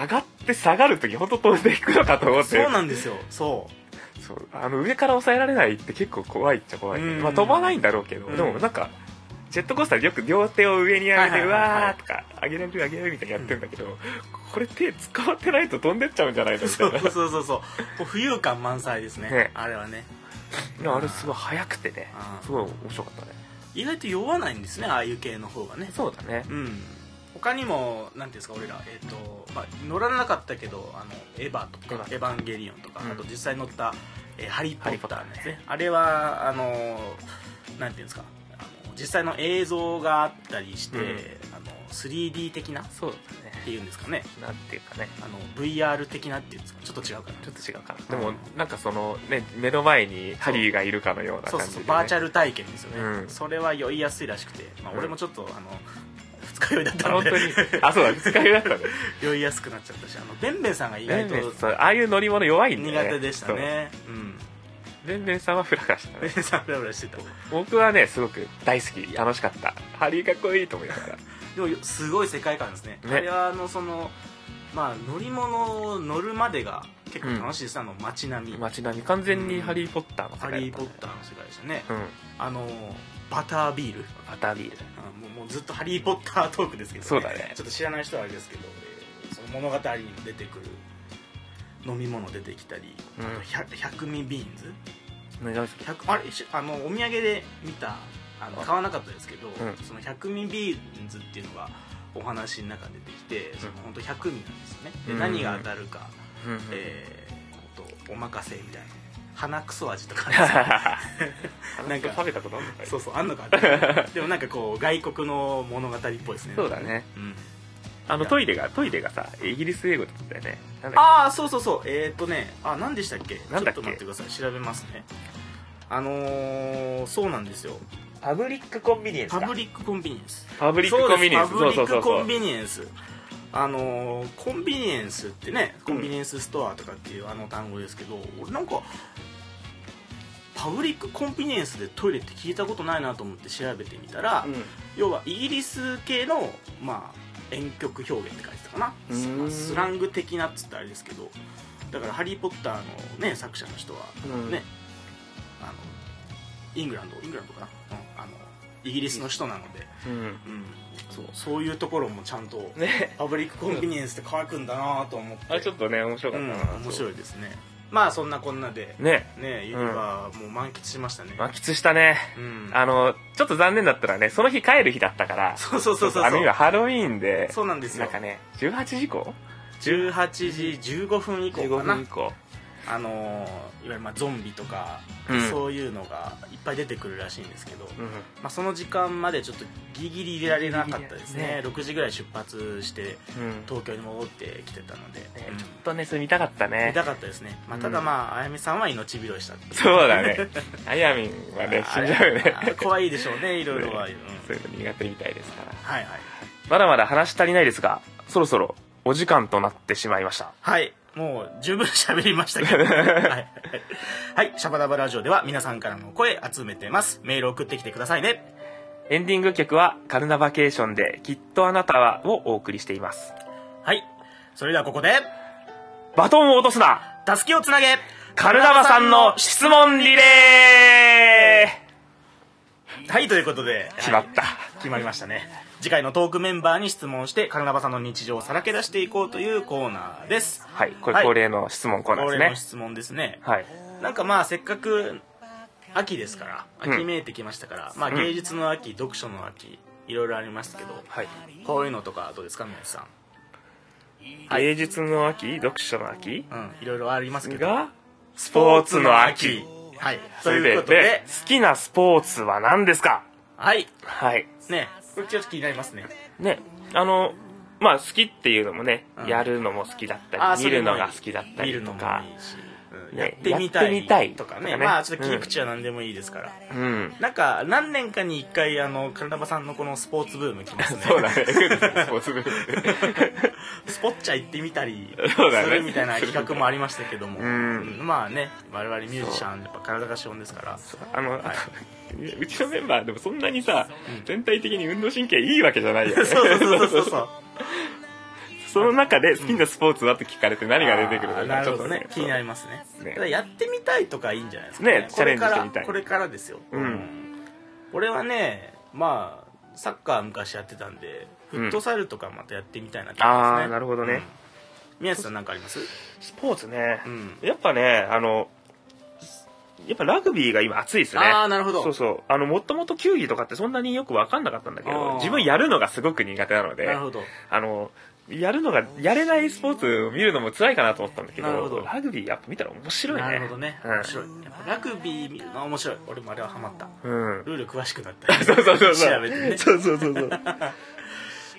Speaker 1: 上がって下がるときほんと飛んでいくのかと思って
Speaker 2: そうなんですよそ
Speaker 1: そうあの上から抑えられないって結構怖いっちゃ怖い、
Speaker 2: うん
Speaker 1: まあ、飛ばないんだろうけど、
Speaker 2: うん
Speaker 1: でもなんかジェットコースターでよく両手を上に上げて、
Speaker 2: はいはいはいはいう
Speaker 1: わーとか上げられる上げられるみたいにやってるんだけど、これ手使ってないと飛んでっちゃうんじゃないの
Speaker 2: う
Speaker 1: みた
Speaker 2: そ
Speaker 1: いうな
Speaker 2: そうそうそうもう浮遊感満載ですね
Speaker 1: ね
Speaker 2: あれはね
Speaker 1: いやあれすごい速くてね
Speaker 2: うん
Speaker 1: すごい面白かったね
Speaker 2: 意外と酔わないんですねああいう系の方がね
Speaker 1: そうだね
Speaker 2: うん他にもなんていうんですか俺ら、えっとまあ、乗らなかったけど「あのエヴァ」と
Speaker 1: エヴァ
Speaker 2: か「エヴァンゲリオン」とか、
Speaker 1: うん
Speaker 2: あと実際乗った「えーハリー・ポ
Speaker 1: ハリー
Speaker 2: ッ
Speaker 1: ポッ
Speaker 2: タ
Speaker 1: ター
Speaker 2: ー」ですねあれはあのなんていうんですかあの実際の映像があったりして、
Speaker 1: うん
Speaker 2: あの 3D 的なっ
Speaker 1: そうだ
Speaker 2: て
Speaker 1: ね
Speaker 2: いうんですかね
Speaker 1: なんていうかね
Speaker 2: あの VR 的なっていうんですかちょっと違うかな
Speaker 1: ちょっと違うかなでもなんかそのね目の前にハリーがいるかのような
Speaker 2: そ
Speaker 1: 感
Speaker 2: う
Speaker 1: じ
Speaker 2: そ
Speaker 1: で、
Speaker 2: う
Speaker 1: ね、
Speaker 2: そうバーチャル体験ですよね、
Speaker 1: うん
Speaker 2: それは酔いやすいらしくて、まあ、
Speaker 1: うん
Speaker 2: 俺もちょっとあの二日酔いだった
Speaker 1: あ
Speaker 2: の
Speaker 1: 本
Speaker 2: で
Speaker 1: 当にあそうだ二日酔いだったね
Speaker 2: 酔いやすくなっちゃったしあのベンベンさんが意
Speaker 1: ベ
Speaker 2: 外
Speaker 1: ン
Speaker 2: と
Speaker 1: ベンさんああいう乗り物弱いんだよ
Speaker 2: 苦
Speaker 1: ね
Speaker 2: 手でしたねうん
Speaker 1: そうベンベンさんはフラフラした
Speaker 2: ベ
Speaker 1: ね
Speaker 2: ンベンさん ブラブラしてた
Speaker 1: 僕はねすごく大好き楽しかったハリーかっこいいと思いながら
Speaker 2: でもすごい世界観ですね
Speaker 1: ね
Speaker 2: あれはあのそのまあ乗り物を乗るまでが結構楽しいです、あの街並みハ
Speaker 1: 街並み完全にハリー・ポッターの世界だったね
Speaker 2: リー・ポッターの世界でしたね、
Speaker 1: うん
Speaker 2: あのバタービール
Speaker 1: バタービール
Speaker 2: あもうもうずっと「ハリー・ポッター」トークですけど、
Speaker 1: そうだね
Speaker 2: ちょっと知らない人はあれですけど、えーその物語にも出てくる飲み物出てきたり、
Speaker 1: うん
Speaker 2: あと百百味ビーンズ
Speaker 1: ね大好き
Speaker 2: 百あれしあのお土産で見たあの
Speaker 1: あ
Speaker 2: 買わなかったですけど、
Speaker 1: ん
Speaker 2: その百味ビーンズっていうのがお話の中で出てきてその本当百味なんですよねで
Speaker 1: うん
Speaker 2: 何が当たるか、
Speaker 1: うんうん
Speaker 2: えー、とお任せみたいな鼻くそ味とか
Speaker 1: な
Speaker 2: なんん
Speaker 1: か
Speaker 2: か
Speaker 1: 食べたことあるのかい
Speaker 2: そうそうあん のかなでもなんかこう外国の物語っぽいですね
Speaker 1: そうだね
Speaker 2: うん
Speaker 1: あのトイレがトイレがさイギリス英語だったよねなんだっ
Speaker 2: ああそうそうそうえーっ、とねあ何でしたっけ
Speaker 1: なんだっけ
Speaker 2: ちょっと待ってください調べますねあのー、そうなんですよ
Speaker 1: けパブリックコンビニエン
Speaker 2: パブリックコンビニエンス
Speaker 1: パブリックコンビニエンス
Speaker 2: そうですパブリックコン
Speaker 1: ニ
Speaker 2: ビニエンスあのーコンビニエンスってねコンビニエンスストアとかっていうあの単語ですけど、俺なんかパブリックコンビニエンスでトイレって聞いたことないなと思って調べてみたら、要はイギリス系の、まあ、遠曲表現って書いてたかな
Speaker 1: うーん
Speaker 2: まあスラング的なっつったらあれですけどだから「ハリー・ポッター」の、ね、作者の人は、
Speaker 1: うん
Speaker 2: ねあのイングランドイングランドかな、うんあのイギリスの人なので、
Speaker 1: うん
Speaker 2: うん、そうそういうところもちゃんと、
Speaker 1: ね
Speaker 2: パブリックコンビニエンスって乾くんだなと思って
Speaker 1: あれちょっとね面白かっ
Speaker 2: う
Speaker 1: た
Speaker 2: ん、
Speaker 1: な
Speaker 2: 面
Speaker 1: そ
Speaker 2: 白いですねまあそんなこんなで
Speaker 1: うね
Speaker 2: ねユニバーもう満喫しましたね、
Speaker 1: 満喫したね
Speaker 2: うん
Speaker 1: あのちょっと残念だったらねその日帰る日だったから
Speaker 2: そうそうそうそう
Speaker 1: あの今ハロウィーンで
Speaker 2: そうなんですよ
Speaker 1: なんかね18時以降
Speaker 2: 18時15分以降
Speaker 1: 15
Speaker 2: かな
Speaker 1: 分以降
Speaker 2: あのーいわゆるまあゾンビとか、
Speaker 1: うん
Speaker 2: そういうのがいっぱい出てくるらしいんですけど、
Speaker 1: うん
Speaker 2: まあ、その時間までちょっとギリギリ入れられなかったですね
Speaker 1: ギリギリ
Speaker 2: 6時ぐらい出発して
Speaker 1: うん
Speaker 2: 東京に戻ってきてたので、
Speaker 1: ね
Speaker 2: うん
Speaker 1: ちょっとねそれ見たかったね
Speaker 2: 見たかったですね、まあ、ただまあ、あやみさんは命拾いしたってい
Speaker 1: そうだねあやみんはね死んじゃうよね
Speaker 2: ああれ怖いでしょうねいろいろは、うん、
Speaker 1: そういうの苦手みたいですから
Speaker 2: はいはい
Speaker 1: まだまだ話し足りないですがそろそろお時間となってしまいました
Speaker 2: はい。もう十分喋りました けど。はい。はい。シャバダバラジオでは皆さんからの声集めてます。メール送ってきてくださいね。
Speaker 1: エンディング曲は「カルナバケーション」で「きっとあなたは」をお送りしています
Speaker 2: はい。それではここで、
Speaker 1: バトンを落とすな
Speaker 2: たすきをつなげ
Speaker 1: カルナバさんの質問リレー
Speaker 2: はい、ということで、
Speaker 1: 決まっ
Speaker 2: はい
Speaker 1: た
Speaker 2: 決まりましたね。次回のトークメンバーに質問して、カルナバさんの日常をさらけ出していこうというコーナーです。
Speaker 1: はいこれ恒例の質問コーナー
Speaker 2: 恒例の
Speaker 1: ですね
Speaker 2: 質問ですね。
Speaker 1: はい
Speaker 2: なんかまあせっかく秋ですから
Speaker 1: ん
Speaker 2: 秋めいてきましたから、まあ芸術の秋、読書の秋いろいろありますけど、
Speaker 1: はい
Speaker 2: こういうのとかどうですか皆さん
Speaker 1: 芸術の秋読書の秋
Speaker 2: うんいろいろありますけど
Speaker 1: がスポーツの秋
Speaker 2: はい
Speaker 1: そ
Speaker 2: と
Speaker 1: れ
Speaker 2: いう
Speaker 1: で
Speaker 2: ことで
Speaker 1: で好きなスポーツは何ですか
Speaker 2: はい
Speaker 1: はい
Speaker 2: ねこれちょっと気になりますね
Speaker 1: ねあのまあ好きっていうのもね、
Speaker 2: うん
Speaker 1: やるのも好きだったり
Speaker 2: あ
Speaker 1: 見るのが好きだったりとか
Speaker 2: 見るのもいいし、やっ
Speaker 1: ね
Speaker 2: てみた
Speaker 1: やって
Speaker 2: い
Speaker 1: みたい
Speaker 2: とか
Speaker 1: と
Speaker 2: ね
Speaker 1: かね
Speaker 2: まあちょっと切り口は何でもいいですから、
Speaker 1: うん
Speaker 2: なんか何年かに1回あのカルナバさんのこのスポーツブーム来ますね
Speaker 1: そうだね。スポーツブーム。
Speaker 2: スポッチャ行ってみたり
Speaker 1: そうだね
Speaker 2: するみたいな企画もありましたけども、
Speaker 1: うん
Speaker 2: まあね我々ミュージシャンやっぱ体が資本ですから
Speaker 1: あの、
Speaker 2: はいう
Speaker 1: ちのメンバーでもそんなにさ、
Speaker 2: うん
Speaker 1: 全体的に運動神経いいわけじゃないよね。
Speaker 2: そうそうそうそうそう
Speaker 1: その中で好きなスポーツはと聞かれて 何が出てくるの
Speaker 2: あ
Speaker 1: か
Speaker 2: ーな
Speaker 1: ち
Speaker 2: る
Speaker 1: ょっ
Speaker 2: ほ
Speaker 1: と
Speaker 2: どね気になりますね
Speaker 1: ね
Speaker 2: だからやってみたいとかいいんじゃないですか
Speaker 1: ねチャレンジしてみたい
Speaker 2: これからこれからですよ、
Speaker 1: うん
Speaker 2: 俺はねまあサッカー昔やってたんでフットサルとかまたやってみたいなと思いますね、
Speaker 1: あーなるほどね
Speaker 2: うん宮地さん何かあります
Speaker 1: スポーツね
Speaker 2: うん
Speaker 1: やっぱね、あの、やっぱラグビーが今熱いですね。
Speaker 2: ああなるほど
Speaker 1: そうそう。あの、もともと球技とかってそんなによくわかんなかったんだけ
Speaker 2: あ
Speaker 1: ど
Speaker 2: ー、
Speaker 1: 自分やるのがすごく苦手なので、
Speaker 2: なるほど
Speaker 1: あの、やるのが、やれないスポーツを見るのも辛いかなと思ったんだけど、
Speaker 2: なるほど
Speaker 1: ラグビーやっぱ見たら面白いね。
Speaker 2: なるほどね、
Speaker 1: うん
Speaker 2: 面白いやっぱラグビー見るのは面白い俺もあれはハマった
Speaker 1: うん。
Speaker 2: ルール詳しくなったり
Speaker 1: そうそうそうそう。
Speaker 2: 調べてね
Speaker 1: そうそうそうそう。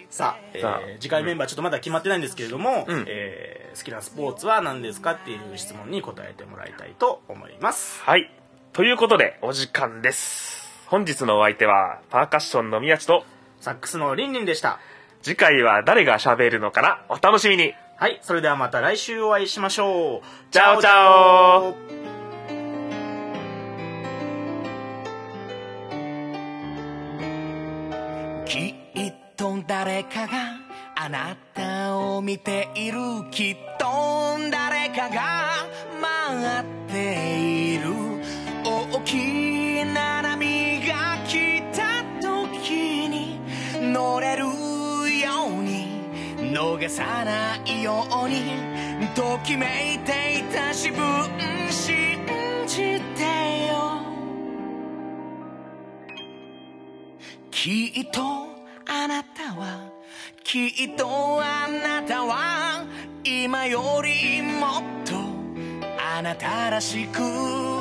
Speaker 2: さあ、えー
Speaker 1: さあ
Speaker 2: 次回メンバーちょっとまだ決まってないんですけれども、
Speaker 1: うん
Speaker 2: えー好きなスポーツは何ですかっていう質問に答えてもらいたいと思います
Speaker 1: はい。ということで、お時間です。本日のお相手は、パーカッションの宮地と、
Speaker 2: サックスのりんりんでした
Speaker 1: 次回は誰が喋るのかなお楽しみに
Speaker 2: はいそれではまた来週お会いしましょう
Speaker 1: チャオチャオ
Speaker 3: きっと誰かがあなたを見ているきっと誰かが待っている大きな波が来た時に乗れるように逃さないようにときめいていた自分信じてよきっとあなたはきっとあなたは今よりもっとあなたらしく